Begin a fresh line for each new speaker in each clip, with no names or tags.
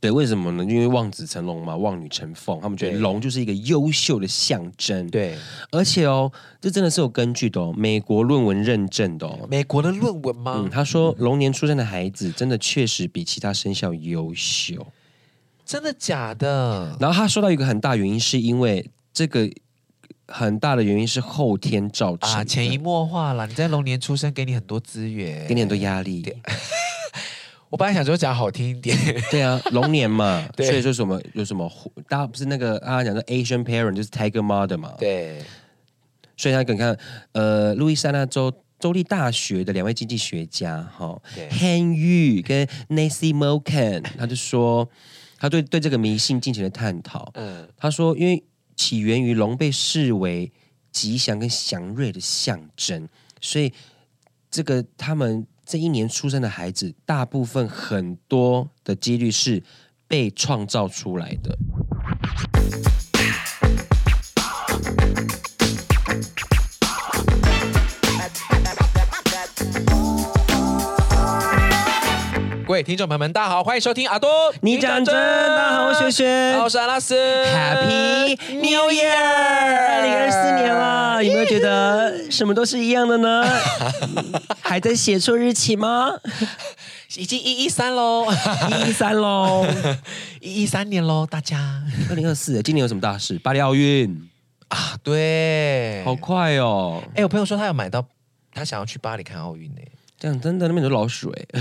对，为什么呢？因为望子成龙嘛，望女成凤，他们觉得
对
龙就是一个优秀的象征。，
对，
而且哦，这真的是有根据的哦，美国论文认证的哦。
美国的论文吗？
嗯，他说龙年出生的孩子真的确实比其他生肖优秀。
真的假的？
然后他说到一个很大原因，是因为这个很大的原因是后天造成的
啊，潜移默化啦！你在龙年出生，给你很多资源，
给你很多压力。
我本来想说讲好 听一点，
对啊，龙年嘛，所
对
以说什么有什么，大家不是那个啊，讲说 Asian parent 就是 Tiger Mother 嘛，
对，
所以他可能看，呃，路易斯安那州州立大学的两位经济学家哈
对
，Han Yu 跟 Nancy Mokan，他就说，他对对这个迷信进行了探讨。
嗯，
他说，因为起源于龙被视为吉祥跟祥瑞的象征，所以这个他们这一年出生的孩子，大部分很多的几率是被创造出来的。
各位听众朋友们，大家好，欢迎收听阿多，
你讲真，大家好，我是雪雪
大家好，我是阿拉斯
Happy New Year！二零二四年啦，有没有觉得什么都是一样的 呢？还在写错日期吗？
已经一一三喽，
一一三喽，
一一三年喽，大家
二零二四，今年有什么大事？巴黎奥运，
啊，对，
好快哦！
哎、我朋友说他有买到，他想要去巴黎看奥运呢、
讲真的，那边有老鼠哎、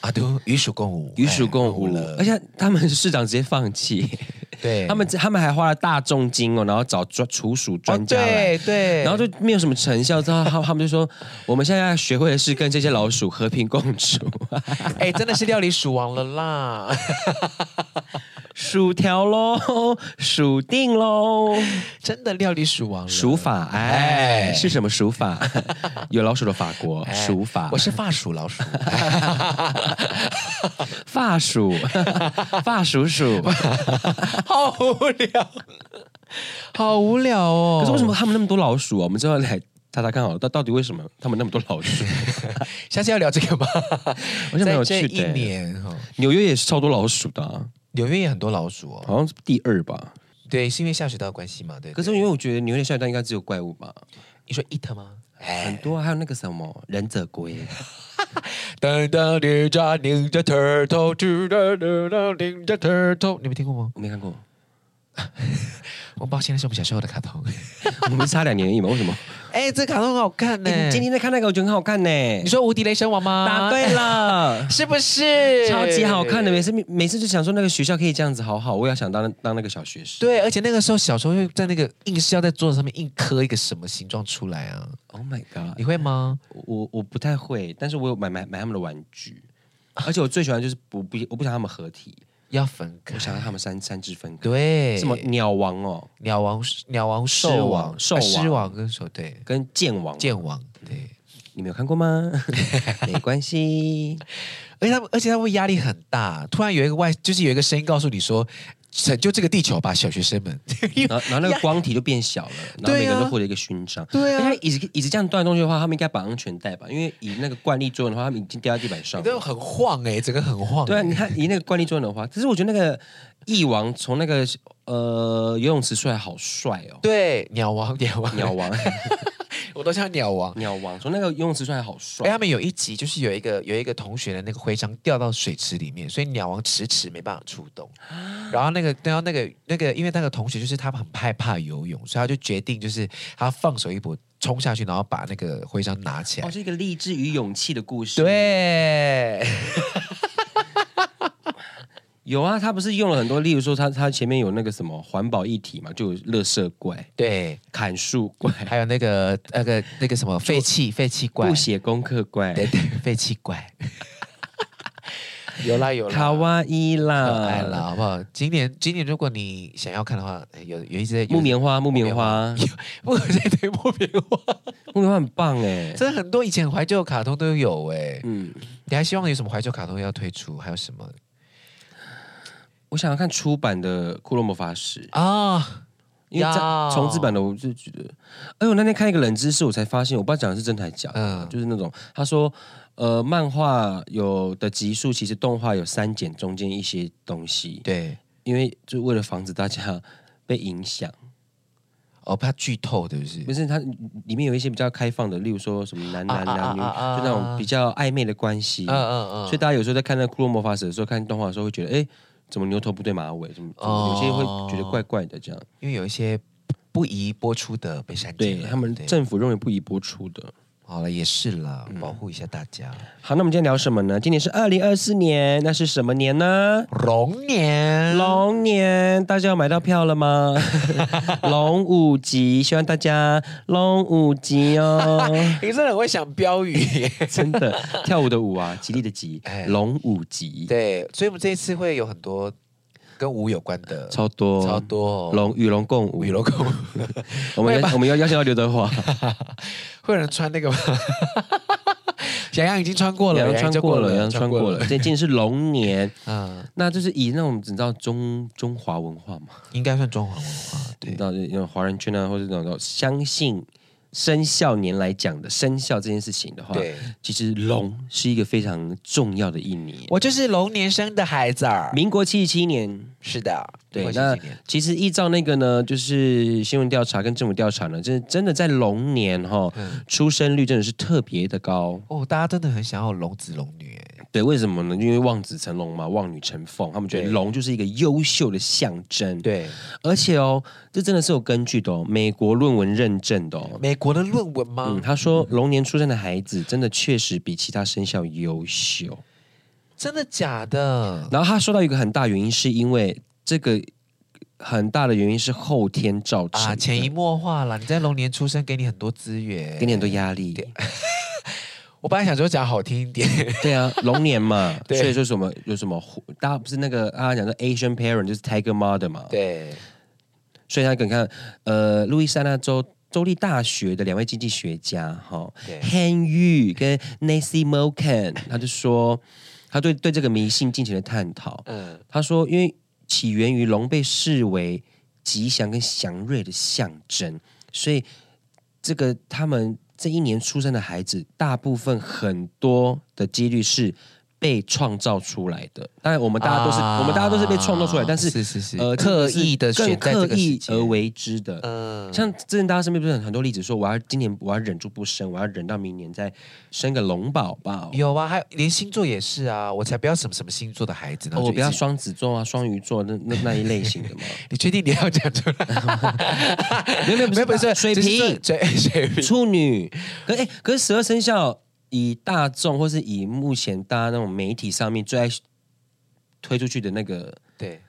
啊，对，与鼠共舞，
与鼠共
哎
舞了，而且他们市长直接放 弃，
对，
他们他们还花了大重金哦，然后找专除鼠
哦，
专家来。
对对，
然后就没有什么成效，之后他他们就说，我们现在要学会的是跟这些老鼠和平共处。
哎、真的是料理鼠王了啦，
薯条 喽，数定喽，
真的料理鼠王了，
数法哎
哎
是什么数 法？有老鼠的法国
哎
数法，
我是发鼠老 鼠，哎
发 鼠，发鼠鼠。
好无聊，好无聊哦。
可是为什么？他们那么多老鼠啊？我们就要来查查看好了，到到底为什么他们那么多老 鼠？
下次要聊这个吗？
我觉得蛮有
在
趣
这
的
一年哈，
纽约也是超多老鼠的啊、
纽约也很多老鼠哦。
好像是第二吧。
对，是因为下水道的关系嘛？对。
可是
对
因为我觉得纽约的下水道应该只有怪物吧，
你说 it 吗？
很
哎，
多啊还有那个什么忍者龟，
噔噔 Ninja Ninja Turtle，噔噔噔 Ninja Turtle，你们听过吗？
我没看过，
我抱歉，那是我们小时候的卡通。
我们差两年而已嘛，为什么？
哎，这卡通很好看 呢。
哎你今天在看那个，我觉得很好看 呢。
你说无敌雷神王吗？
答对，了。
是不是？
超级好看的，每次每次就想说那个学校可以这样子，好好，我也想当当那个小学生。
对，而且那个时候小时候会在那个硬是要在桌子上面硬刻一个什么形状出来啊？
，Oh my
你
god，
会吗？
我我不太会，但是我有买买买他们的玩 具，而且我最喜欢就是不不我不想他们合体，
要分开
我。想要他们三三只分割。
对，
什么鸟王哦，
鸟王、鸟王、狮
兽王
王、
兽
啊
王嗯
狮王跟手对
跟剑王，哦
剑王对，
你们有看过 吗？没关系，
而且他们而且他们压力很大，突然有一个外就是有一个声音告诉你说，拯救这个地球吧，小学生们。
然后然后那个光体就变小了，然后每个人都获得一个勋章。
啊对啊
而且一直一直这样断来断去的话，他们应该绑安全带吧？因为以那个惯例作用的话，他们已经掉在地板上
你
了。
都很晃哎、整个很晃、
对啊，你看以那个惯例做人的话，只是我觉得那个翼王从那个呃游泳池出来好帅哦，
对，鸟王 鸟王
鸟，王
我都叫鸟王。
鸟王从那个游泳池出来好
哎，
帅，
他们有一集就是有一个有一个同学的那个徽章掉到水池里面，所以鸟王迟迟没办法出动。然后那个，然后那个那个，因为那个同学就是他很害怕游泳，所以他就决定就是他放手一搏，冲下去，然后把那个徽章拿起来。
哦是一个励志与勇气的故事。，
对，
有啊，他不是用了很多，例如说他他前面有那个什么环保议题嘛，就有乐色怪、
对，
砍树怪、
还有那个那个那个什么废弃废弃怪
不，写功课怪。
对对，废弃怪。有啦 有啦，
卡哇伊啦，
可爱啦，好不好？今年今年如果你想要看的话，哎有有一直在
木，棉花，木棉花，
有 我在推木棉花，
木棉花很棒哎。
真的很多以前怀旧的卡通都有哎、
嗯，
你还希望有什么怀旧卡通要推出？还有什么
我想要看出版的《库洛魔法使》，
啊？
因为
要
在重制版的，我就觉得，哎，我那天看一个冷知识，我才发现，我不知道讲的是真的还是假的，
嗯
就是那种他说，呃，漫画有的集数其实动画有删减中间一些东西，
对，
因为就为了防止大家被影响，
嗯哦，怕剧透，对不是
不？是它里面有一些比较开放的，例如说什么男男
啊啊啊
男女，
啊啊啊
就那种比较暧昧的关系，
嗯嗯嗯，
所以大家有时候在看那《骷髅魔法使》的时候，看动画的时候会觉得，哎，怎么牛头不对马尾，怎么怎么
哦
有些会觉得怪怪的这样。
因为有一些不宜播出的被删
对
减了，
他们
对
政府认为不宜播出的。
好了也是啦，
嗯
保护一下大家。
好，那我们今天聊什么呢？今年是二零二四年，那是什么年呢？
龙年，
龙年，大家有买到票了 吗？龙五集，希望大家龙五集哦。
你真的很会想标语耶。
真 的，跳舞的舞啊，吉利的吉
哎，
龙舞集，
对，所以我们这一次会有很多跟舞有关的，
超多
超多、哦。
龙与龙共舞
与。龙共舞，
我们 要我们要邀请到刘德华，
会有人穿那个吗？ 洋洋已经穿过了，
杨
洋
洋穿哎过了，杨洋
穿
穿
过
过了。
了。
这今年是龙年，
嗯，
那就是以那种你知道中中华文化嘛，
应该算中华文化。
你
对
知，道那种华人圈啊，或者那种相信生肖年来讲的生肖这件事情的话，
对，
其实龙是一个非常重要的一年。
我就是龙年生的孩子儿。
民国七十七年，
是的，
对，
过去
那
几年
其实依照那个呢，就是新闻调查跟政府调查呢，真真的在龙年哈、
嗯
出生率真的是特别的高。
哦，大家真的很想要龙子龙女哎。
对，为什么呢？因为望子成龙嘛，望女成凤，他们觉得
对
龙就是一个优秀的象征。，
对，
而且哦，这真的是有根据的哦，美国论文认证的哦。
美国的论文吗？
嗯，他说龙年出生的孩子真的确实比其他生肖优秀。
真的假的？
然后他说到一个很大原因，是因为这个很大的原因是后天造成的
啊，潜移默化了。你在龙年出生，给你很多资源，
给你很多压力。
我本来想说讲好听一点，
对啊，龙年嘛，
对
所以说什么有什么虎，大家不是那个大家讲说 Asian parent 就是 Tiger mother 嘛，
对，
所以他可以看呃路易斯安那州州立大学的两位经济学家哈、
对
h a n Yu 跟 Nancy Mokan，他就说他对对这个迷信进行了探讨，
嗯，
他说因为起源于龙被视为吉祥跟祥瑞的象征，所以这个他们这一年出生的孩子，大部分很多的几率是被创造出来的。当然，我们大家都是、
啊
我们大家都是被创造出来，但是
是是是，
呃，
刻意的
这个是
选
更
在这
刻
个时
意
间
而，为之的。
嗯，
像之前大家身边不是很多例子说，我要今年我要忍住不生，我要忍到明年再生个龙宝宝。
有啊，还有连星座也是啊，我才不要什么什么星座的孩子呢，
哦，我不要
就一直，
双子座啊、双鱼座那那那一类型的嘛。
你确定你要讲出来？
没有没有啊
没有，不是
水
只是
瓶
说、水 水瓶，
处女，可哎、可是十二生肖以大众或是以目前大家那种媒体上面最爱推出去的那个
对，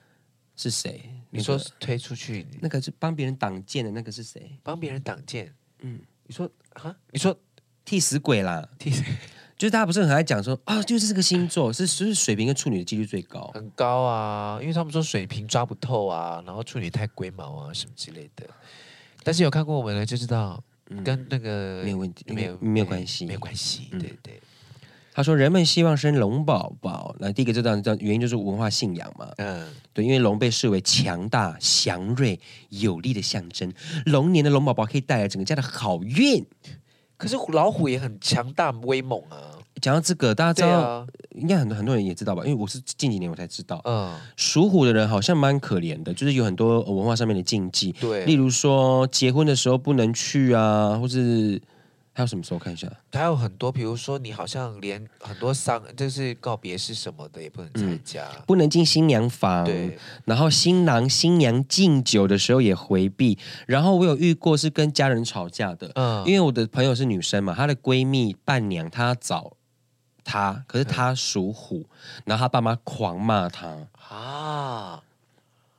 是谁？
你说
那个
推出去，你
那个是帮别人挡箭的那个是谁？
帮别人挡箭，
嗯
嗯，你说啊，你说
替死鬼啦！
第
就是大家不是很爱讲说啊，就是这个星座是是水瓶跟处女的几率最高。
很高啊，因为他们说水瓶抓不透啊，然后处女太龟毛啊什么之类的。但是有看过我们的就知道，跟那个
没有问题
呃没有
没有关系
没有关系，嗯对对，
他说人们希望生龙宝宝，那第一个就当然原因就是文化信仰嘛。
嗯，
对，因为龙被视为强大、祥瑞、有力的象征。龙年的龙宝宝可以带来整个家的好运。
可是老虎也很强大威猛啊，
讲到这个，大家知
对
道，
啊，
应该很多很多人也知道吧？因为我是近几年我才知道，
嗯，
属虎的人好像蛮可怜的，就是有很多呃文化上面的禁忌，例
对，
如说结婚的时候不能去啊，或是还有什么时候我看一下？
还有很多，比如说你好像连很多丧就是告别式什么的也不能
嗯
参加，
不能进新娘房，
对，
然后新郎新娘敬酒的时候也回避。然后我有遇过是跟家人吵架的，
嗯，
因为我的朋友是女生嘛，她的闺蜜伴娘她找
嗯
她，可是她属虎，然后她爸妈狂骂她，
啊，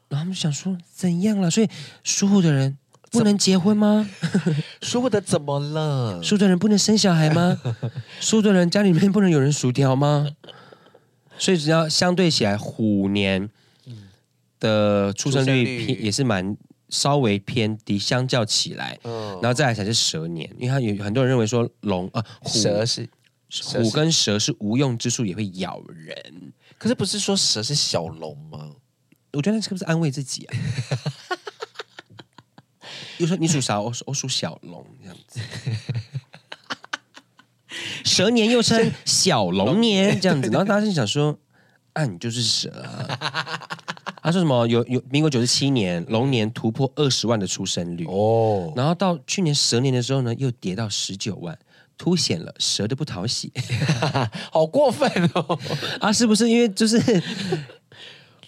然后他们就想说怎样了？所以属虎的人不能结婚吗？
嗯说的怎么了？
属虎的人不能生小孩吗？属虎的人家里面不能有人薯条吗？所以只要相对起来，虎年的出生
嗯出生
率
率
偏也是蛮稍微偏低，相较起来，
嗯，
然后再来才是蛇年，因为他有很多人认为说龙啊虎
蛇是，蛇
虎
是
跟蛇是无用之处，也会咬人。
可是不是说蛇是小龙吗？
我觉得那是不是安慰自己 啊？又说你属啥？我属我属小龙这样 子。蛇年又称小龙年这样子，然后大家就想说，啊，你就是蛇啊。他说什么？有有，民国九十七年龙年突破二十万的出生率，
哦，
然后到去年蛇年的时候呢，又跌到十九万，凸显了蛇的不讨喜。
好过分哦！
啊，是不是因为就是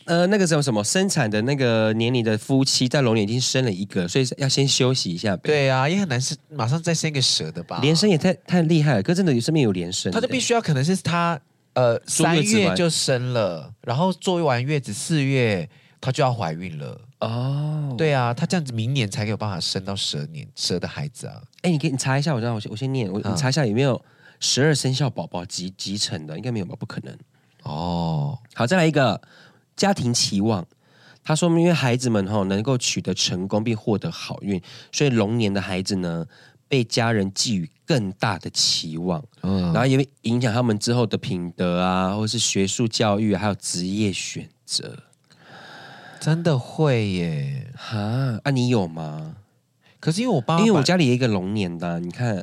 呃那个什么什么生产的那个年龄的夫妻在龙年已经生了一个，所以要先休息一下呗。，
对啊，也很难是马上再生一个蛇的吧？
连生也太太厉害了，哥真的有身边有连生的，
他就必须要可能是他呃
坐
三
月子
月
完
就生了，然后坐完月子四月她就要怀孕了。
哦。
对啊，她这样子明年才有办法生到蛇年蛇的孩子啊。
哎，你给你查一下，我让我先我先念，我你
嗯
查一下有没有十二生肖宝宝集集成的，应该没有吧？不可能。
哦，
好，再来一个家庭期望。他说，因为孩子们哈、能够取得成功并获得好运，所以龙年的孩子呢被家人寄予更大的期望。
嗯
然，后也会影响他们之后的品德啊，或是学术教育啊，还有职业选择。
真的会耶。
哈，啊，你有吗？
可是因为我爸爸，
因为我家里有一个龙年的啊、你看，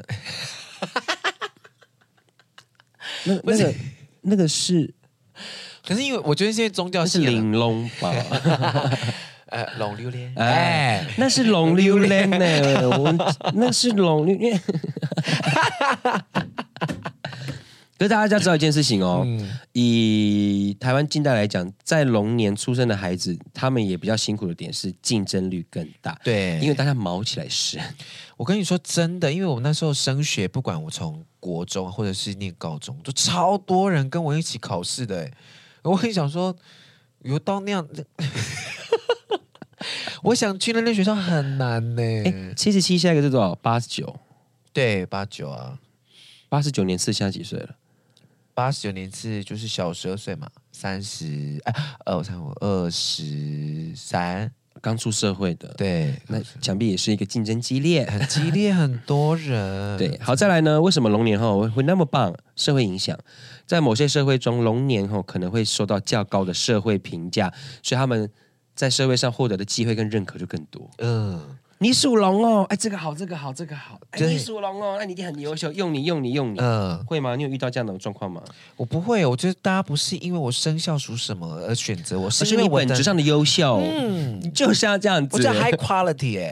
那那个那个是
可是因为我觉得现在宗教
那是
信仰
玲珑吧？
呃龙榴莲
哎
哎，
那是龙榴莲呢，我们那是龙榴莲。可是大家要知道一件事情哦，以台湾近代来讲，在龙年出生的孩子，他们也比较辛苦的点是竞争率更大，
对，
因为大家毛起来生。
我跟你说真的，因为我那时候升学，不管我从国中或者是念高中，就超多人跟我一起考试的欸。我很想说，有到那样， 我想去那类学校很难呢、
哎，七十七下一个是多少？八十九，
对，八九啊，
八十九年次现在几岁了？
八十九年次就是小十二岁嘛，三十哎，呃，我看我二十三，
刚出社会的，
对，
那想必也是一个竞争激烈。
很激烈，很多人，
对，好，再来呢？为什么龙年后会那么棒？社会影响，在某些社会中，龙年后可能会受到较高的社会评价，所以他们在社会上获得的机会跟认可就更多。
嗯，
你属龙哦，哎，这个好，这个好，这个好。哎，
对
你属龙哦，那你一定很优秀，用你，用你，用你。
嗯。
会吗？你有遇到这样的状况吗？
我不会，我觉得大家不是因为我生肖属什么而选择我，
而
是
是
因为
你
我
本
的
质上的优秀，
嗯，
你就是要这样子。
我叫 high quality 哎、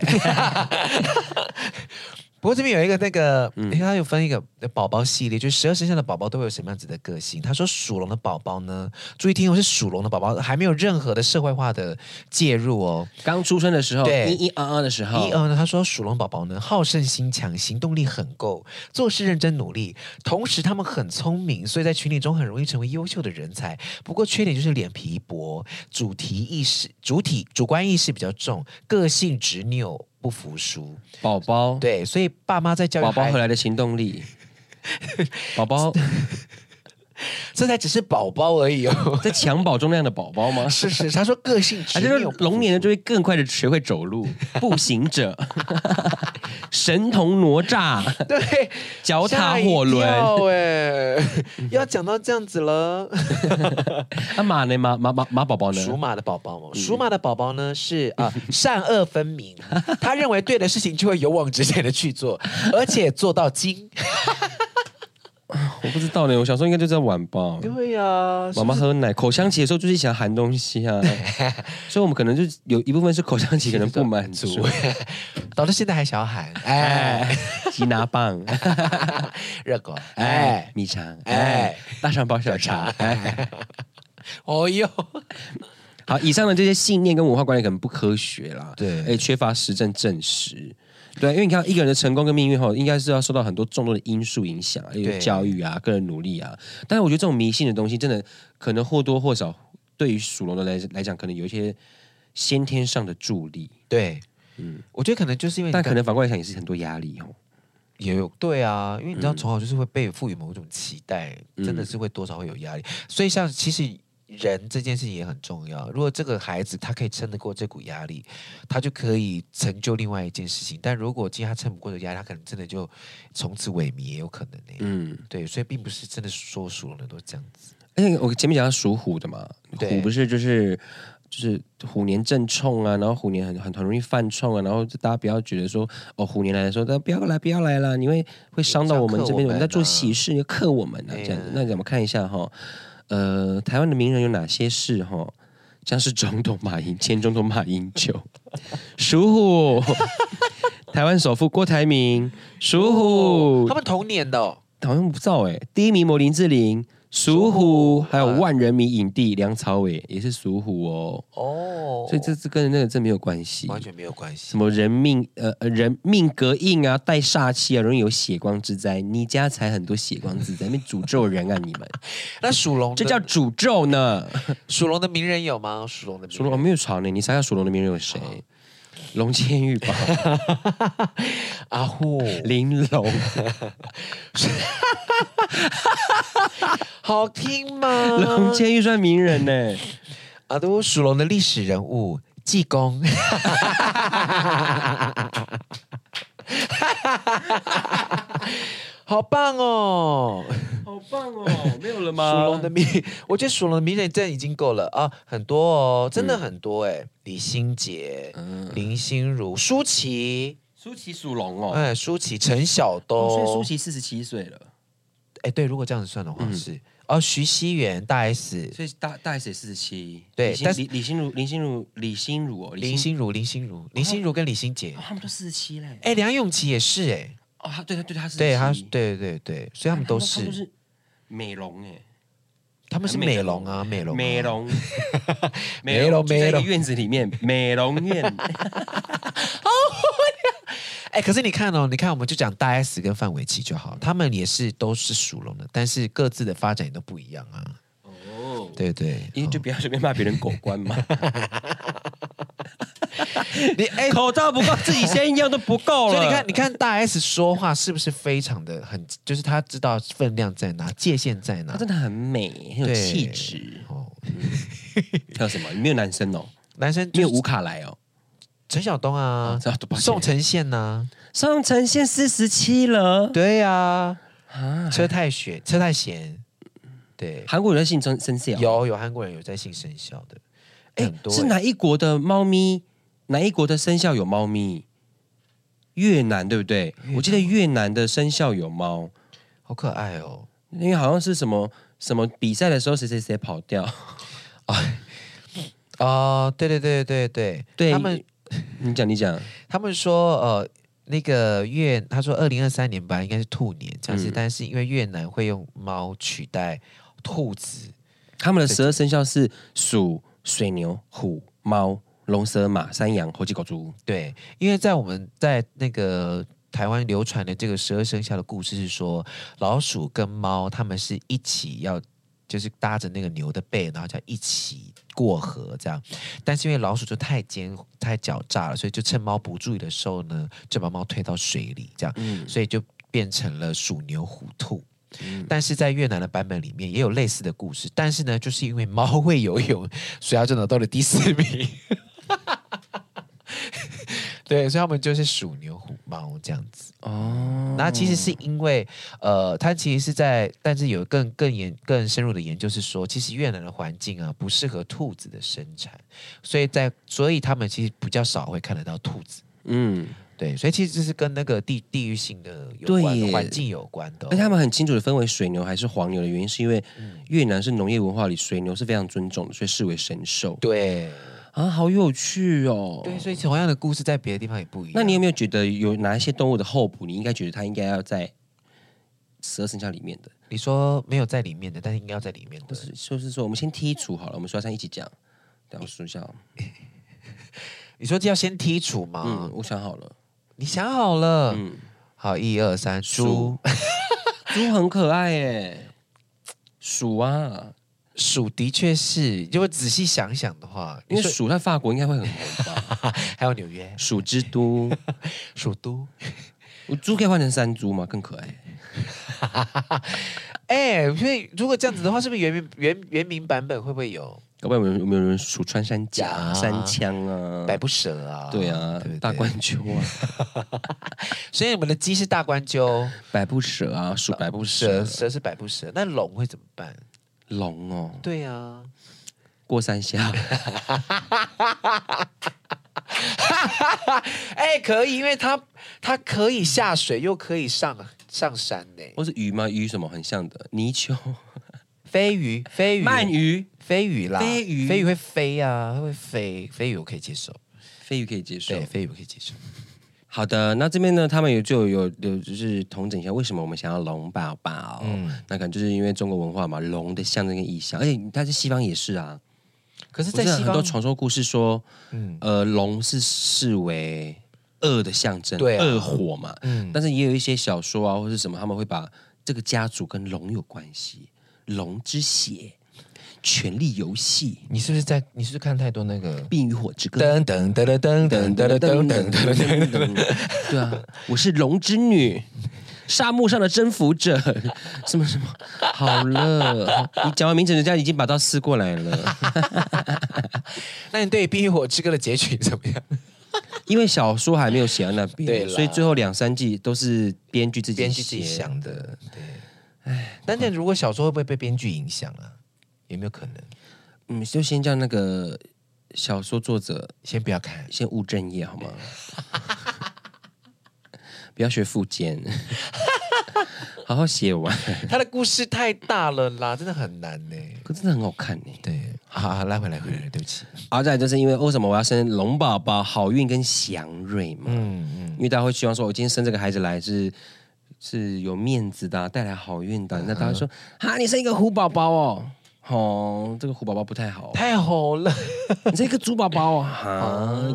不过这边有一个那个，
嗯
它有分一个宝宝系列，就是十二生肖的宝宝都会有什么样子的个性。他说属龙的宝宝呢，注意听哦，是属龙的宝宝，还没有任何的社会化的介入哦。
刚出生的时候，
对
一一啊啊的时候
一，呃呢，他说属龙宝宝呢好胜心强，行动力很够，做事认真努力，同时他们很聪明，所以在群体中很容易成为优秀的人才。不过缺点就是脸皮薄，主题意识、主体主观意识比较重，个性执拗。不服输，
宝宝，
对，所以爸妈在教育
宝宝
孩
回来的行动 力，宝宝
这才只是宝宝而已哦。
在襁褓中那样的宝宝吗？
是是，他说个性执
还啊是说
拗，
龙年呢哎就会更快的学会走 路，步行者，神童哪吒，
对，
脚踏火轮。
哎，要讲到这样子了。
啊马呢？马马马马宝宝呢？
属马的宝宝嘛，属马的宝宝呢是啊、 善恶分明，他认为对的事情就会勇往直前的去 做，而且做到精。
我不知道呢，我小时候应该就在玩吧。
对呀、啊，
妈妈喝奶，口腔期的时候就是想含东西 啊，所以我们可能就有一部分是口腔期可能不满足，
导致现在还小喊，哎，
吉拿棒，
热狗，
哎
哎，，
米肠，哎
哎，
大肠包小肠，哎。
哦哟，
好，以上的这些信念跟文化观念可能不科学啦，
对
哎，缺乏实证证实。对，因为你看一个人的成功跟命运后，应该是要受到很多众多的因素影响，例如
对
教育啊、个人努力啊。但是我觉得这种迷信的东西，真的可能或多或少对于属龙的来来讲，可能有一些先天上的助力。
对，嗯，我觉得可能就是因为你
但
刚
可能反过来想，也是很多压力哦。
也有对啊，因为你知道
嗯
从小就是会被赋予某种期待，真的
嗯
是会多少会有压力。所以像其实人这件事情也很重要。如果这个孩子他可以撑得过这股压力，他就可以成就另外一件事情。但如果今天他撑不过这个压力，他可能真的就从此萎靡也有可能呢、
嗯，
对，所以并不是真的说熟了人都这样子。
而且我前面讲到属虎的嘛，
对
虎不是就是就是虎年正冲啊，然后虎年很很很容易犯冲啊，然后大家不要觉得说哦虎年来的时候，大家不要来不要来啦，你会会伤到我们这边，
你
我
这样克我们
们
啊
在做喜事，你克我们啊
哎呀
这样子。那咱们看一下哈、呃，台湾的名人有哪些事哈、像是总统马英前总统马英九，属虎。 台湾首富郭台铭属虎，
哦他们同年的、哦，
好像不知道哎、第一名魔林志玲，属虎，嗯还有万人迷影帝梁朝伟也是属虎哦，
哦
所以这这跟那个真没有关系。
完全没有关系
什。么人命呃呃人命格硬啊，带煞气啊，容易有血光之灾。你家才很多血光之灾，那边诅咒人啊！你 们
那属龙
这
的，
叫诅咒呢。
属龙的名人有吗？属龙的名
属
人
龙哦我没有吵呢，你猜下属龙的名人有谁？ 龙千玉 吧，
阿虎，
玲珑，
好听吗？
龙千玉算名人呢。
阿都属龙的历史人物济公， 好棒哦！
好棒哦，没有了
属龙的名，我觉得属龙的名人真的已经够了啊，很多哦，
嗯
真的很多哎、李心洁、林心如、舒淇，
舒淇属龙哦，
哎，舒淇、陈晓
哦所以
东
舒，淇四嗯十七岁了。
哎，对，如果这样子算的话是哦，徐熙媛、大 S、
所以大大 S 四十七，
对
李心
但是
李李心如、李心如、李心如哦，
林心如、林心如、林心如跟李心洁
哦，，他们都四十七嘞。
哎，梁咏琪也是哎、
哦，他对他对他是，
对，他是对对对，所以他们都
哎他们
是，
是美容哎，
他们是美容啊，美容啊，
美容，
美容
就在一个
美容
院子里面美容 院，
哎，可是你看哦，你看，我们就讲大 S 跟范玮琪就好，他们也是都是属龙的，但是各自的发展也都不一样啊。
哦，
对对，
因为就不要随便骂别人狗官嘛，
你哎，
口罩不够，自己先用都不够
所
了。
以你看，你看大 S 说话是不是非常的很，就是他知道分量在哪，界限在
她
哪
真。的很美，很有
对
气质。
哦，
还有什么？没有男生哦，
男生
没
就
有
是
吴卡来哦，
陈晓东啊
啊这都抱，歉嗯
宋承宪呐，
宋承宪四十七了，
对呀，
啊，
车太雪、车太贤，对，
韩国人姓曾生肖哦
有有韩国人有在信生肖的，
哎
很，多
是
欸
哪一国的猫咪？哪一国的生肖有猫咪？越南对不对？我记得越南的生肖有猫，
好可爱哦。
因为好像是什么什么比赛的时候谁谁谁跑掉，
啊、对对对对对
对
他们
你讲你讲，
他们说呃，那个越他说二零二三年吧，应该是兔年这样
嗯
子，但是因为越南会用猫取代兔子，
他们的十二生肖是鼠、水牛、虎、猫、龙、蛇、马、山羊、猴、鸡、狗、猪。
对，因为在我们在那个。台湾流传的这个十二生肖的故事是说，老鼠跟猫它们是一起要，就是搭着那个牛的背，然后叫一起过河这样。但是因为老鼠就太奸太狡诈了，所以就趁猫不注意的时候呢，就把猫推到水里这样。
嗯，
所以就变成了鼠牛虎兔。
嗯
但是在越南的版本里面也有类似的故事，但是呢，就是因为猫会游泳，所以它就拿到了第四名。对，所以他们就是鼠牛虎猫这样子。
哦，
那其实是因为，呃，它其实是在，但是有更更研更深入的研究是说，其实越南的环境啊不适合兔子的生产，所以在所以他们其实比较少会看得到兔子。
嗯，
对，所以其实这是跟那个地地域性的有
对
关的
耶
环境有关的哦、
而且他们很清楚的分为水牛还是黄牛的原因，是因为越南是农业文化里水牛是非常尊重的，所以视为神兽
对
啊，好有趣哦。
对，所以同样的故事在别的地方也不一样。
那你有没有觉得有哪一些动物的候补，你应该觉得它应该要在十二生肖里面的？
你说没有在里面的，但是应该要在里面
就
的。
是就是说，我们先剔除好了，我们刷山一起讲。等我数一下哦，
你说这要先剔除吗？
嗯，我想好了，
你想好了？
嗯，
好，一二三，
鼠
鼠
猪很可爱耶，鼠啊，
鼠的确是，如果仔细想想的话，
因
你
为
说
鼠在 法国应该会很红吧？
还有纽约
鼠之都，
鼠都，
我猪可以换成山猪吗？更可爱。
哎、所以如果这样子的话，是不是原名原原名版本会不会有
搞不好有人有没有人数穿山甲、
甲
山枪啊？
百步蛇啊？
对啊，
对不对
大冠鸠 啊，
所以我们的鸡是大冠鸠，
百步蛇啊，数百步
蛇
蛇，
蛇是百步蛇，那龙会怎么办？
龙哦，
对啊，
过山虾，
哎、可以，因为它它可以下水，又可以上上山呢、
或是鱼吗？鱼什么很像的？泥 鳅、
飞鱼，飞鱼，
鳗鱼，
飞鱼啦，
飞鱼
飞鱼会飞啊，它会飞，飞鱼我可以接受，
飞鱼可以接受
对，。飞鱼我可以接受。
好的，那这边呢，他们有就有有就是统整一下，为什么我们想要龙宝宝？
嗯
那可能就是因为中国文化嘛，龙的象征跟意象，而且它在西方也是啊。
可是，
我
在
知道
西
很多
方，
传说故事说，
嗯
呃，龙是视为恶的象征，
对啊
恶火嘛。
嗯，
但是也有一些小说啊，或是什么，他们会把这个家族跟龙有关系，龙之血、权力游戏、
你是不是在？你是不是看太多那个？
冰与火之歌。
噔噔噔噔噔噔噔噔噔噔噔噔，
对啊，我是龙之女，沙漠上的征服者，什么什么。好了，你讲完名字，人家已经把刀撕过来了。
那你对《冰与火之歌》的结局怎么样？
因为小说还没有写到那
对
边，
啦
所以最后两三季都是编剧自己
编剧自己
写
想的，对。哎，但是如果小说会不会被编剧影响啊？有没有可能？
嗯，就先叫那个小说作者
先不要看，
先务正业好吗？不要学附件，好好写完，
他的故事太大了啦，真的很难呢。
可真的很好看呢。
对，好，好拉回来，回来，对不起。
而啊再来就是因为为什么我要生龙宝宝、好运跟祥瑞嘛？
嗯嗯，
因为大家会希望说，我今天生这个孩子来是是有面子的啊、带来好运的啊。那大家说啊，你生一个虎宝宝哦，哦，这个虎宝宝不太好，
太红了，
你生一个猪宝宝哦，啊，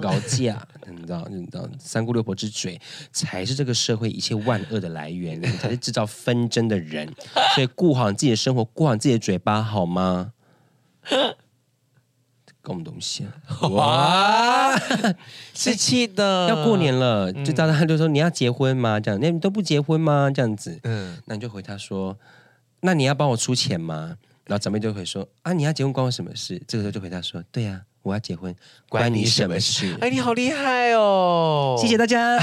搞架，你知道，你知道，三姑六婆之嘴才是这个社会一切万恶的来源，你才是制造纷争的人。所以顾好你自己的生活，顾好你自己的嘴巴，好吗？ 搞什么东西啊？
哇，是气的，
要过，年了，就大家就说你要结婚吗？这样，那你都不结婚吗？这样子，
嗯，
那你就回他说，那你要帮我出钱吗？然后长辈就会说啊，你要结婚关我什么事？这个时候就回答说，对呀、我要结婚，关你什么事？哎
哎，你好厉害哦，
谢谢大家。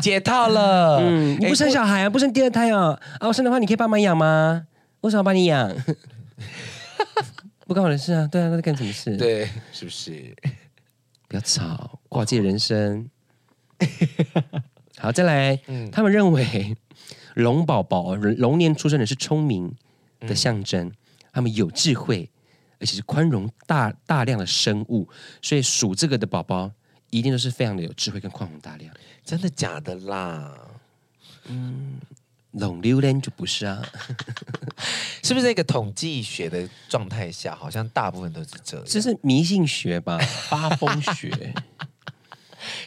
解套了。
嗯，你不生小孩啊，不生第二胎啊？啊，我生的话，你可以帮忙养吗？为什么要帮你 养？不关我的事啊，对啊，那是干什么事？，
对，是不是？
不要吵，过好自己的人 生。好，再来，
嗯
他们认为 龙宝宝、龙年出生的是聪明
嗯
的象征，他们有智慧，而且是宽容大大量的生物，所以属这个的宝宝一定都是非常的有智慧跟宽容大量。
真的假的啦？
龙榴莲就不是 啊，
是不是那个统计学的状态下，好像大部分都是这样？
这是迷信学吧，八风 学。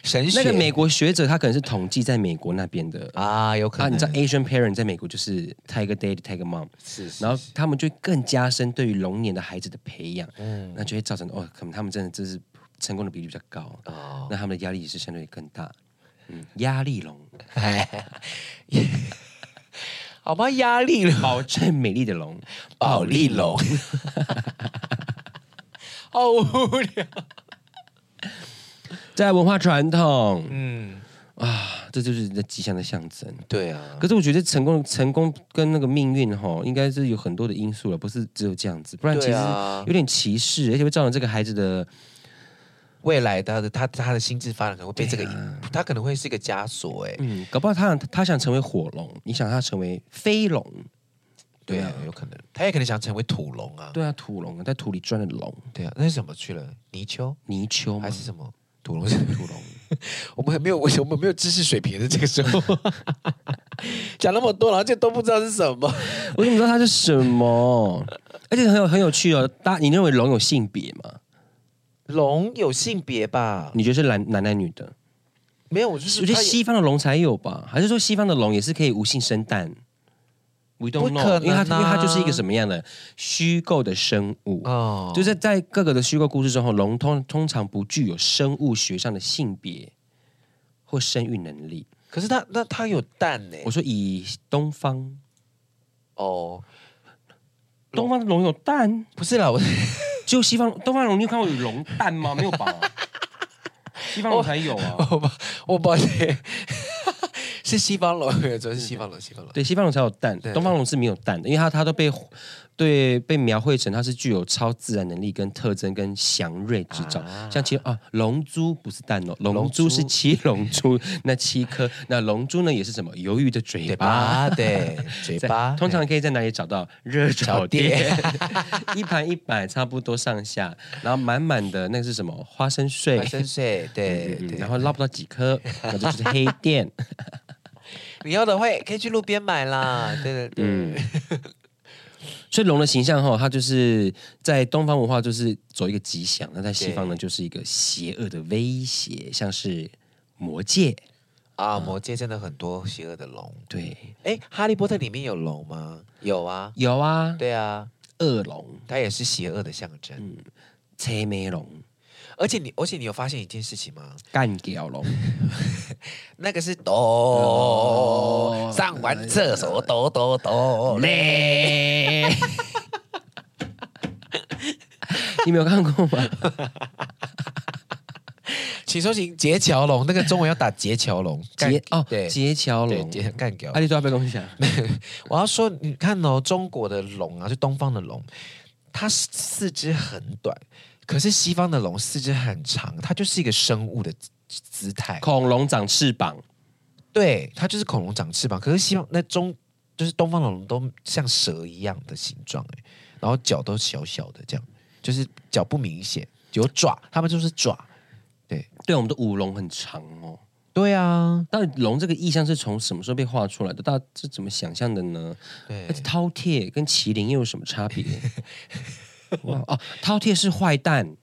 神学
那个美国学者他可能是统计在美国那边的
啊，有可
啊，
能、
你知道 Asian parent 在美国就是 Tiger Dad、Tiger Mom，
是是
然后他们就更加深对于龙年的孩子的培养，
嗯
那就会造成哦，可能他们真的这是成功的比例比较高，
哦，
那他们的压力也是相对更大。嗯，压力 龙，
哎，好吧，压力了，
保证美丽的龙，
暴力龙， 好无聊。
在文化传统
嗯，
啊，这就是你的吉祥的象征。
对啊，
可是我觉得成功成功跟那个命运哈，应该是有很多的因素了，不是只有这样子，不然其
对
实
啊
有点歧视，而且会造成这个孩子的
未来他的他他的心智发展可能会被这个影，他可能会是一个枷锁哎、
嗯，搞不好他想他想成为火龙，你想他成为飞龙，
对啊，有可能，他也可能想成为土龙啊，
对啊，土龙在土里钻的龙，
对啊，那是什么去了？泥鳅
泥鳅嘛
还，是什么？土龙是土 龙，我们还没有，我们没有知识水平的这个时 候，讲那么多，然后就都不知道是什么。
我怎么知道它是什么？ 而且很有很有趣哦，大你认为龙有性别吗？
龙有性别吧？
你觉得是男男的女的？
没有，我就是
我觉得
它也
西方的龙才有吧，还是说西方的龙也是可以无性生蛋？We
不
don't
可
know，
能
因为它因为它
啊
就是一个什么样的虚构的生物，
哦，
就是是在各个的虚构故事中，龙通通常不具有生物学上的性别或生育能力，
可是它那它有蛋呢、
我说以东方，
哦，
东方的龙有蛋，
不是啦，我
只有西方东方龙，你有看过有龙蛋吗？没有吧？西方龙才有啊。
我抱我抱歉， 是西方龙，主要是西方龙，西方龙。
对，西方龙才有蛋，
对
东方龙是没有蛋的，因为它它都被对被描绘成它是具有超自然能力跟特征跟祥瑞之兆。
啊
像其啊，龙珠不是蛋哦，龙
龙
珠
珠
是七龙珠， 那七颗，那龙珠呢也是什么？鱿鱼的嘴
嘴
巴。
巴， 对，嘴
在
巴，
通常可以在哪里找 到热炒店？ 一盘一百差不多上下，然后满满的那个是什么花生碎
花？生碎，对
嗯嗯
对。
然后捞不到几颗，那就就是黑店。
你要的会可以去路边买啦，对对对。
嗯 所以龙的形象哈，它就是在东方文化就是走一个吉祥，那在西方呢就是一个邪恶的威胁，像是魔戒。
啊，魔界真的很多邪恶的龙。
对，
哎，哈利波特里面有龙吗？有啊，
有啊，
对啊，
恶龙、
它也是邪恶的象征。
车眉龙、
而且你，而且你有发现一件事情吗？
干屌 龙，
那个是哆，上完厕所哆哆哆嘞。
你没有看过 吗？
请收请杰桥龙，那个中文要打杰桥龙，
杰
干
哦，
对
杰桥
对
龙，
杰干掉
阿。里抓被东西 啊。
我要说，你看哦，中国的龙啊，就东方的龙，它四肢很短，可是西方的龙四肢很长，它就是一个生物的姿姿态。
恐龙长翅膀，
对，它就是恐龙长翅膀，可是西方那中就是东方的龙都像蛇一样的形状，哎，然后脚都小小的，这样就是脚不明显，有爪，它们就是爪。
对，我们的舞龙很长哦。
对啊，
到底龙这个意象是从什么时候被画出来的？大家是怎么想象的呢？
对
而且饕餮跟麒麟又有什么差 别？哇哦，饕餮是坏蛋，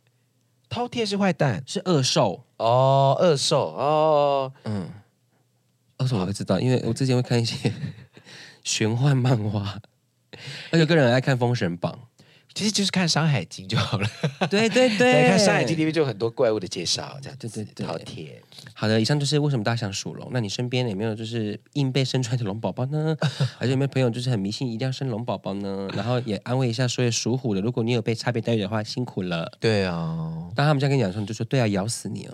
饕餮是坏蛋
是恶兽。
哦，恶兽哦，
嗯，为哦什么我会知道？因为我之前会看一 些玄幻漫画，而且个人很爱看《封神榜
其实就是看《山海经》就好了。》。
对对对，
对，看《山海经》里面就有很多怪物的介绍，这样
对对对
饕餮。
好的，以上就是为什么大家想属龙。那你身边有没有就是硬被生出来的龙宝宝 呢？而且有没有朋友就是很迷信一定要生龙宝宝呢？然后也安慰一下所有属虎的，如果你有被差别待遇的话，辛苦了。
对啊，
当他们这样跟你讲的时候，你就说对啊，咬死你 哦，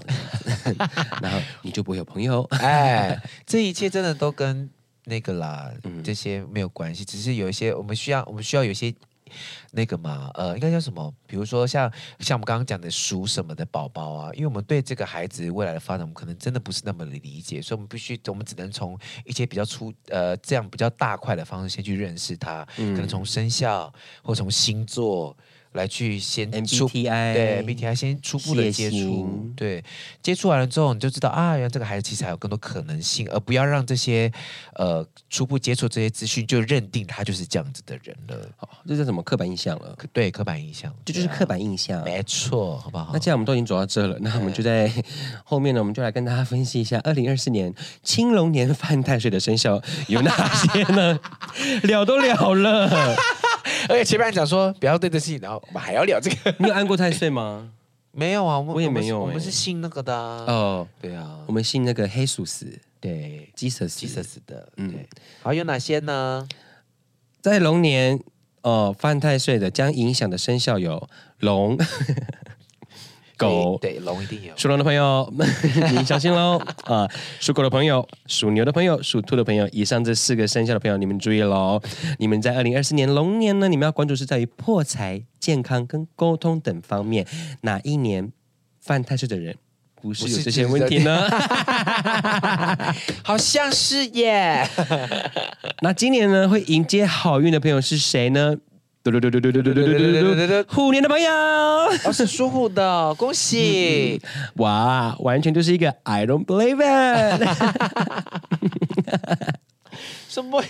然后你就不会有朋友。
哎，这一切真的都跟那个啦，这些没有关系，只是有一些我们需要，我们需要有一些。那个嘛，呃，应该叫什么？比如说像像我们刚刚讲的属什么的宝宝啊，因为我们对这个孩子未来的发展，我们可能真的不是那么的理解，所以我们必须，我们只能从一些比较粗呃这样比较大块的方式先去认识他，可能从生肖或从星座来去先初
MBTI
对 MBTI 先初步的
血
接触
型，
对，接触完了之后，你就知道啊，原来这个孩子其实还有更多可能性，而不要让这些呃初步接触这些资讯就认定他就是这样子的人了。
好，这叫什么刻板印象了？
可对，啊刻板印象，
这就是
对啊
刻板印象。
没错，好不好？
那既然我们都已经走到这了，那我们就在后面呢，我们就来跟大家分析一下二零二四年青龙年犯太岁的生肖有哪些呢？ 聊都聊了。
而且前面还讲说不要对这事情，然后我们还要聊这个，
你有按过太岁 吗？
没有啊，我们
我也
们
没
是
有
我们
欸
是信那个的啊，
哦，
对啊
我，们信那个黑属死
对嗯
Jesus。
，Jesus 的，对，好，有哪些呢？
在龙年，呃，犯太岁的将影响的生肖有龙、狗。
对，对龙一定有，
属龙的朋友，你小心喽！啊、属狗的朋友、属牛的朋友、属兔的朋友，以上这四个生肖的朋友，你们注意喽！你们在二零二四年龙年呢，你们要关注是在于破财、健康跟沟通等方面，哪一年犯太岁的人不是
不
有
是
这些问题呢？
好像是耶，
那今年呢，会迎接好运的朋友是谁呢？嘟嘟嘟嘟嘟嘟嘟嘟嘟嘟嘟，虎年的朋友，
哦，是属虎的，恭喜！
哇，完全就是一个 I don't believe it。
什么？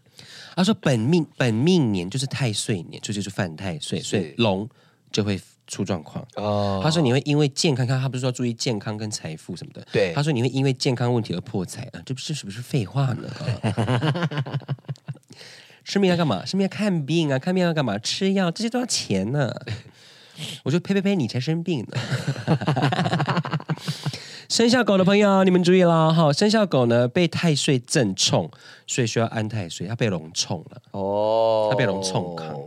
他说本命本命年就是太岁年，所以就是犯太岁，所以龙就会出状况。
哦，
他说你会因为健康，他不是说要注意健康跟财富什么的，
对
他说你会因为健康问题而破财啊，这不是是不是废话 呢？生病要干嘛？生病要看病啊，看病要干嘛？吃药这些都要钱呢、我说呸呸呸，你才生病呢。 生肖狗的朋友，你们注意啦哈！生肖狗呢被太岁正冲，所以需要安太岁，它被龙冲了。
哦，
它被龙冲扛。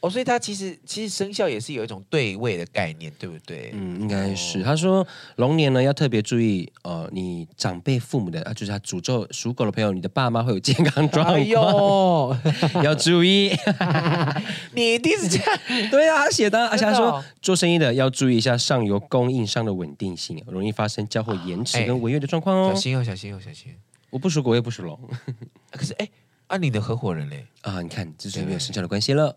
哦，所以它其实其实生肖也是有一种对位的概念，对不对？
嗯，应该是。他说龙年呢要特别注意，呃，你长辈父母的，啊，就是他诅咒属狗的朋友，你的爸妈会有健康状
哎
况，
呦，
要注意。
你一定是这样，
对啊，他写的，而且
真的
他
哦
说做生意的要注意一下上游供应商的稳定性，容易发生交货延迟
哎
跟违约的状况
小
哦。
心哦，小心哦，小心。
我不属狗，我也不属龙
啊可是哎，啊，你的合伙人嘞？
啊，你看，这就是没有生肖的关系了。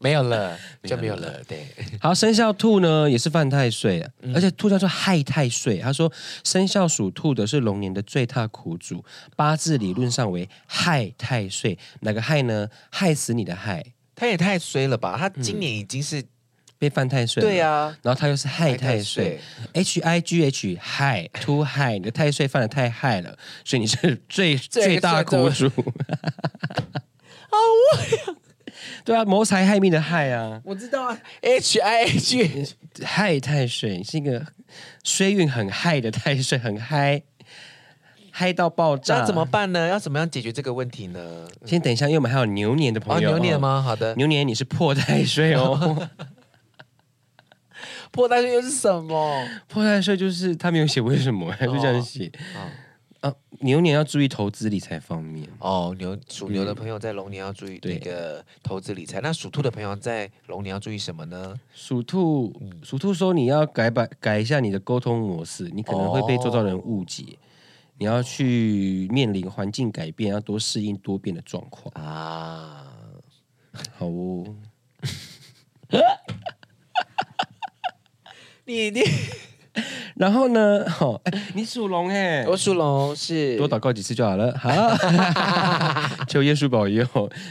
没有了，就没有了。对，
好，生肖兔呢也是犯太岁啊，而且兔叫做害太岁。他说生肖属兔的是龙年的最大苦主，八字理论上为害太岁，哪个害呢？害死你的害，
他也太衰了吧？他今年已经是
被犯太岁。
对。啊，
然后他又是害太岁，H I G H 害 to 害，你的太岁犯的太害了，所以你是最
个
最大苦主。啊，我对啊，谋财害命的害啊。
我知道啊，H I H，
害太岁是一个衰运很害的太岁，很嗨，嗨到爆炸。
那怎么？办呢？要怎么样解决这个问题呢？
先等一下，因为我们还有啊牛年的
哦，
朋友。
牛年？吗？好的，
牛年你是破太岁 哦，
破大岁又是什么？
破太岁就是他没有写为什么，他就这样写。
哦
啊，牛年要注意投资理财方面。
哦，牛属牛的朋友在龙年要注意那个投资理财，那属兔的朋友在龙年要注意什么呢？
属兔，
嗯
属兔说你要改版改一下你的沟通模式，你可能会被周遭人误解。你要去面临环境改变，要多适应多变的状况。
啊，
好哦。
你你
然后呢？哦，哎你属龙哎，
我属龙是
多祷告几次就好了。 好，求耶稣保佑，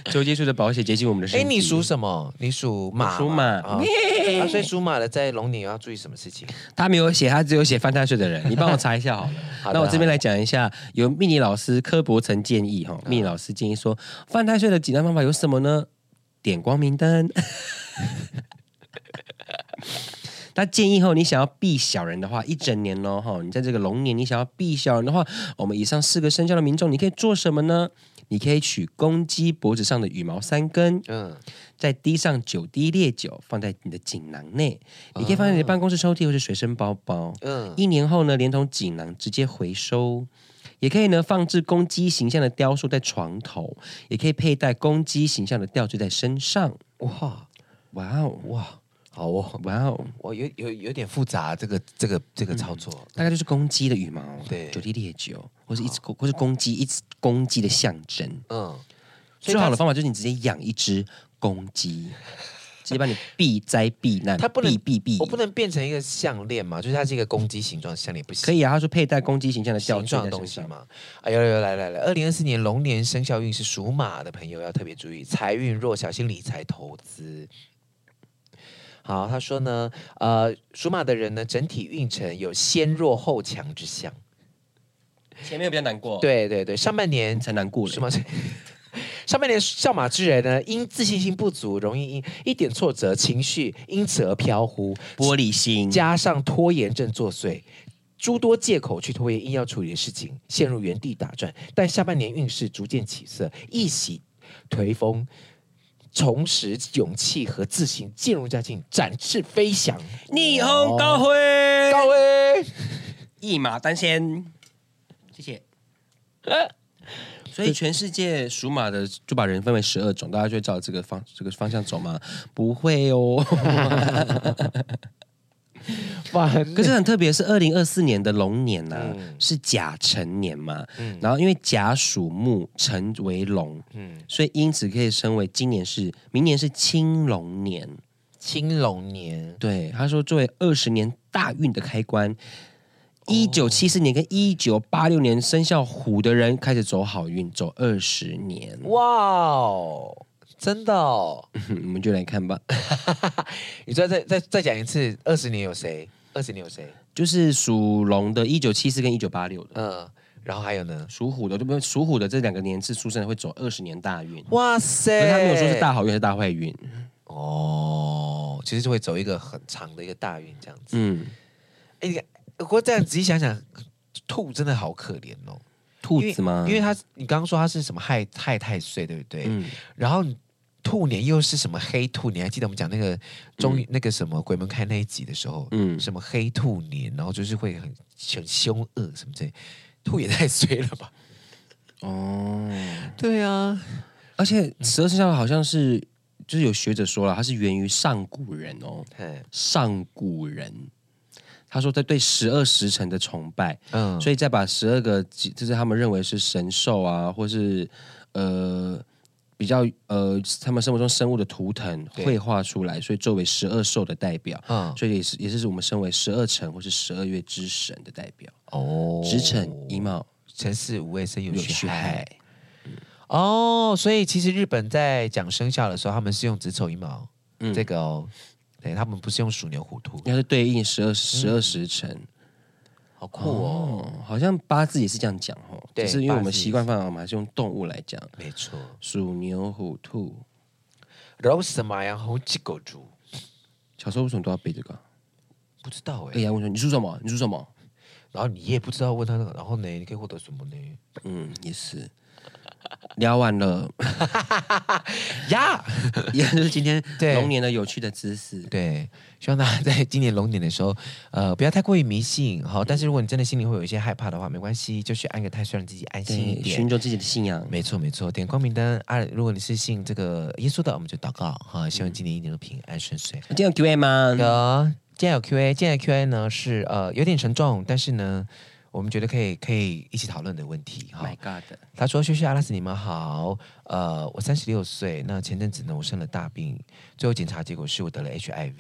求耶稣的保险洁净我们的身
哎，
体。
你属什么？你属马吗，
属马
啊啊所以属马的在龙年要注意什么事情？
他没有写，他只有写犯太岁的 人，你帮我查一下好了。
好的
那我这边来讲一下，由命理老师柯博成建议哈，命理老师建议说，犯太岁的几大方法有什么呢？点光明灯。 他建议后，你想要避小人的话，一整年喽哈，你在这个龙年，你想要避小人的话，我们以上四个生肖的民众，你可以做什么呢？你可以取公鸡脖子上的羽毛三根，
嗯，
再滴上九滴烈酒，放在你的锦囊内，
哦
你可以放在你的办公室抽屉或是随身包包。
嗯
一年后呢，连同锦囊直接回收。也可以呢，放置公鸡形象的雕塑在床头，也可以佩戴公鸡形象的吊坠在身上。
哇
哇哦，
哇，好哦，嗯
哇哦，
我有有有点复杂，这个这个这个操作，
大概就是公鸡的羽毛，
对哦
九滴烈酒，或是一只公，或是公鸡，一只公鸡的象征。
嗯，所以
最
它
好的方法就是你直接养一只公鸡，直接帮你避灾避难，
它不能
避避避。
我不能变成一个项链嘛，就是它是一个公鸡形状项链，不行。
可以啊，他说佩戴公鸡形象的吊
形
坠
状
在
的
身
东西
上。
嘛。哎呦呦，来来来，二零二四年龙年生肖运是属马的朋友要特别注意，财运弱，小心理财投资。好，他说呢，呃，属马的人呢，整体运程有先弱后强之象。
前面比较难过，，
对对对，上半年
才难过了。
是吗？ 上半年笑马之人呢，因自信心不足，容易因一点挫折，情绪因此而飘忽，
玻璃心，
加上拖延症作祟，诸多借口去拖延硬要处理的事情，陷入原地打转。但下半年运势逐渐起色，一洗颓风，重拾勇气和自信，渐入佳境，展翅飞翔。
逆风高飞，哦
高欸威，
一马当先。谢谢。所以全世界属马的就把人分为十二种，大家就会照这个方这个方向走吗？不会 哦。
完
可是很特别，是二零二四年的龙年呢、
嗯
是甲辰年嘛，
嗯
然后因为甲属木，辰为龙，
嗯，
所以因此可以称为今年是明年是青龙年。
青龙年，
对，他说作为二十年大运的开关，一九七四年跟一九八六年生肖虎的人开始走好运，走二十年。
哇哦，真的哦！
我们就来看吧，
你再再再再讲一次，二十年有谁？二十年有谁？
就是属龙的，一九七四跟一九八六的，
嗯，然后还有呢？
属虎的，对不对？属虎的这两个年次出生的会走二十年大运。
哇
可
塞！
是他没有说是大好运还是大坏运，
哦，其实就会走一个很长的一个大运这样子。
嗯，
哎、你看，不过这样仔细想想，兔真的好可怜哦。
兔子吗？
因为它你刚刚说它是什么亥亥太岁，对不对？
嗯，
然后兔年又是什么黑兔？你还记得我们讲那个中、那个什么鬼门开那一集的时候，
嗯
什么黑兔年，然后就是会很很凶恶什么之类，兔也太衰了吧？
哦，
对啊，
而且十二生肖好像是，就是有学者说了，它是源于上古人哦，
嗯
上古人。他说在对十二时辰的崇拜，
嗯，
所以再把十二个，就是他们认为是神兽啊，或是呃比较呃他们生活中生物的图腾
对
绘画出来，所以作为十二兽的代表，
嗯
所以也是也是我们身为十二辰或是十二月之神的代表。
哦，
子辰、乙卯、
辰巳午未申酉
酉
戌
戌
亥
亥。
嗯哦，所以其实日本在讲生肖的时候，他们是用子丑寅卯、
嗯
这个哦，对他们不是用鼠牛虎兔
应，该是对应十二十二时辰。
嗯好酷哦，
哦，好像八字也是这样讲哦，
对
只是因为我们
八字也是
习惯方法，我们还是用动物来讲，
没错。
鼠、牛、虎、兔。
然后什么呀？红鸡狗猪，
小时候为什么都要背这个啊？
不知道哎、
哎呀，我说你属什么？你属什么？
然后你也不知道问他那个，然后呢，你可以获得什么呢？
嗯，也是。聊完了，
呀，
也就是今天
对
龙年的有趣的知识。
对，希望大家在今年龙年的时候，呃，不要太过于迷信，好。但是如果你真的心里会有一些害怕的话，没关系，就去按个太岁，让自己安心一
对，
点
寻。求自己的信仰。
没错，没错，点光明灯啊！如果你是信这个耶稣的，我们就祷告哈，希望今年一年都平安顺遂。
今天有 Q&A 吗？
有，今天有 Q&A，今天的 Q&A 呢是呃有点沉重，但是呢，我们觉得可以可以一起讨论的问题哈。
My God，
他说：“薛薛阿拉斯，你们好，呃，我三十六岁，那前阵子呢，我生了大病，最后检查结果是我得了 HIV、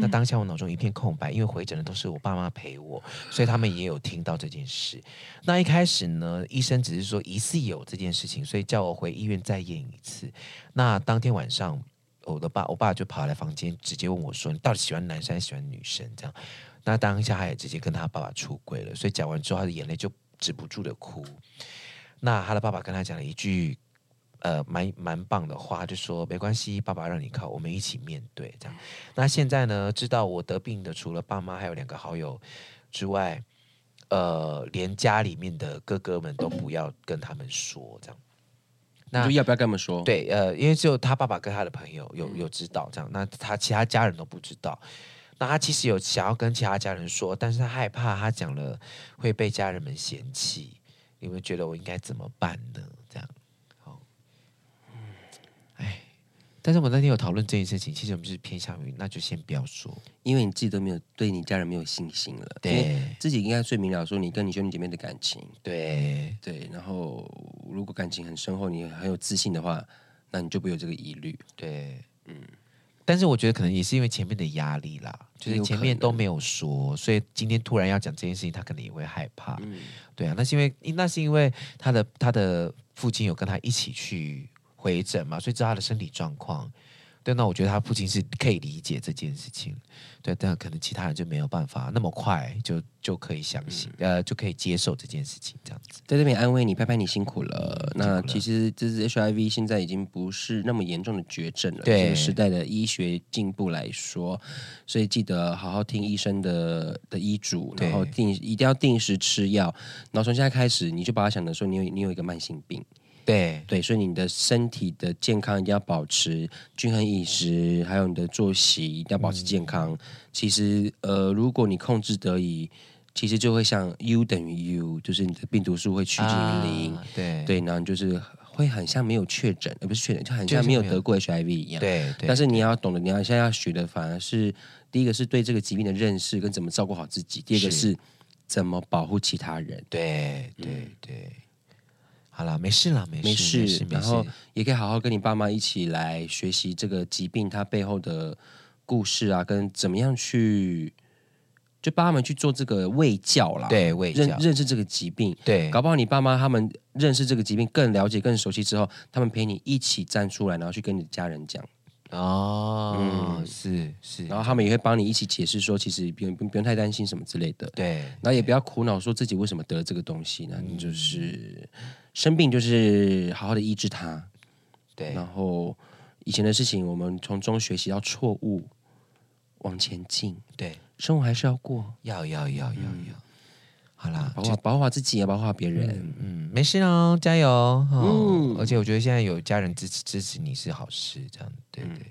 那当下我脑中一片空白，因为回诊的都是我爸妈陪我，所以他们也有听到这件事。那一开始呢，医生只是说疑似有这件事情，所以叫我回医院再验一次。那当天晚上，我的爸，我爸就跑来房间，直接问我说：‘你到底喜欢男生还是喜欢女生？’这样。那当下他也直接跟他爸爸出轨了，所以讲完之后，他的眼泪就止不住的哭。”那他的爸爸跟他讲了一句，呃，蛮蛮棒的话，就说没关系，爸爸让你靠，我们一起面对这样。那现在呢，知道我得病的除了爸妈还有两个好友之外，呃，连家里面的哥哥们都不要跟他们说这样。
你
那
说要不要跟我们说？，
对，呃，因为只有他爸爸跟他的朋友有有知道这样，那他其他家人都不知道。那他其实有想要跟其他家人说，但是他害怕他讲了会被家人们嫌弃。你们觉得我应该怎么办呢？这样，好，哎，但是我们那天有讨论这件事情，其实我们是偏向于那就先不要说。
因为你自己都没有对你家人没有信心了，
对
因为自己应该最明了说你跟你兄弟姐妹的感情，
对，
对，然后如果感情很深厚，你很有自信的话，那你就不会有这个疑虑。
对，嗯。但是我觉得可能也是因为前面的压力啦，就是
有
前
可
面都
能
没有说，所以今天突然要讲这件事情，他可能也会害怕。
嗯，
对啊，那是因为那是因为他的他的父亲有跟他一起去回诊嘛，所以知道他的身体状况。对，那我觉得他父亲是可以理解这件事情，对，但可能其他人就没有办法那么快就就可以相信，
嗯
呃，就可以接受这件事情这样子。
在这边安慰你，拍拍你辛苦了。
嗯辛苦
那
了
其实这是 HIV 现在已经不是那么严重的绝症了，
对
这个时代的医学进步来说，所以记得好好听医生的的医嘱，
对
然后定一定要定时吃药，然后从现在开始你就把它想的说你有你有一个慢性病，
对，
对，所以你的身体的健康一定要保持均衡饮食，还有你的作息一定要保持
嗯
健康。其实，呃，如果你控制得宜，其实就会像 U 等于 U，就是你的病毒数会趋近于零。
啊对
对，然后你就是会很像没有确诊，呃而、不是确诊，就很像
就是
没有
没有
得过 HIV 一样。
对对，
但是你要懂得，你要现在要学的反而是第一个是对这个疾病的认识跟怎么照顾好自己，第二个
是
是怎么保护其他人。
对对对，好啦，没事啦，没事
嗯没
没事
事，
没
然
事
后，也可以好好跟你爸妈一起来学习这个疾病它背后的故事啊，跟怎么样去就帮他们去做这个卫教啦，
对，我也这
啊认
样，
认识这个疾病。
对
搞不好你爸妈他们认识这个疾病更了解、更熟悉之后，他们陪你一起站出来，然后去跟你的家人讲，
哦，是是，
嗯然后他们也会帮你一起解释说，其实不用不用太担心什么之类的。
对，
然后也不要苦恼说自己为什么得了这个东西呢？你就是生病，就是好好的医治它。
对
然后以前的事情，我们从中学习到错误，往前进，
对，
生活还是要过，
要要要要要，好啦，
保
就
护保护嗯好自己，也保护好别人。
嗯，没事哦，加油哦
嗯！
而且我觉得现在有家人支持支持你是好事，这样对
嗯
不对？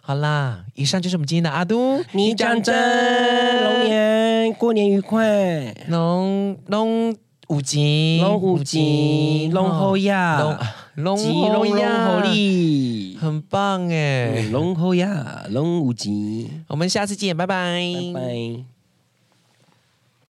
好啦，以上就是我们今天的阿都，
你讲真，龙年过年愉快，
龙龙五级，
龙五吉，龙后
龙
呀，
龙
吉龙
猴
龙
呀
猴利，
很棒哎！
嗯龙后呀，龙五吉，
我们下次见，拜拜
拜拜。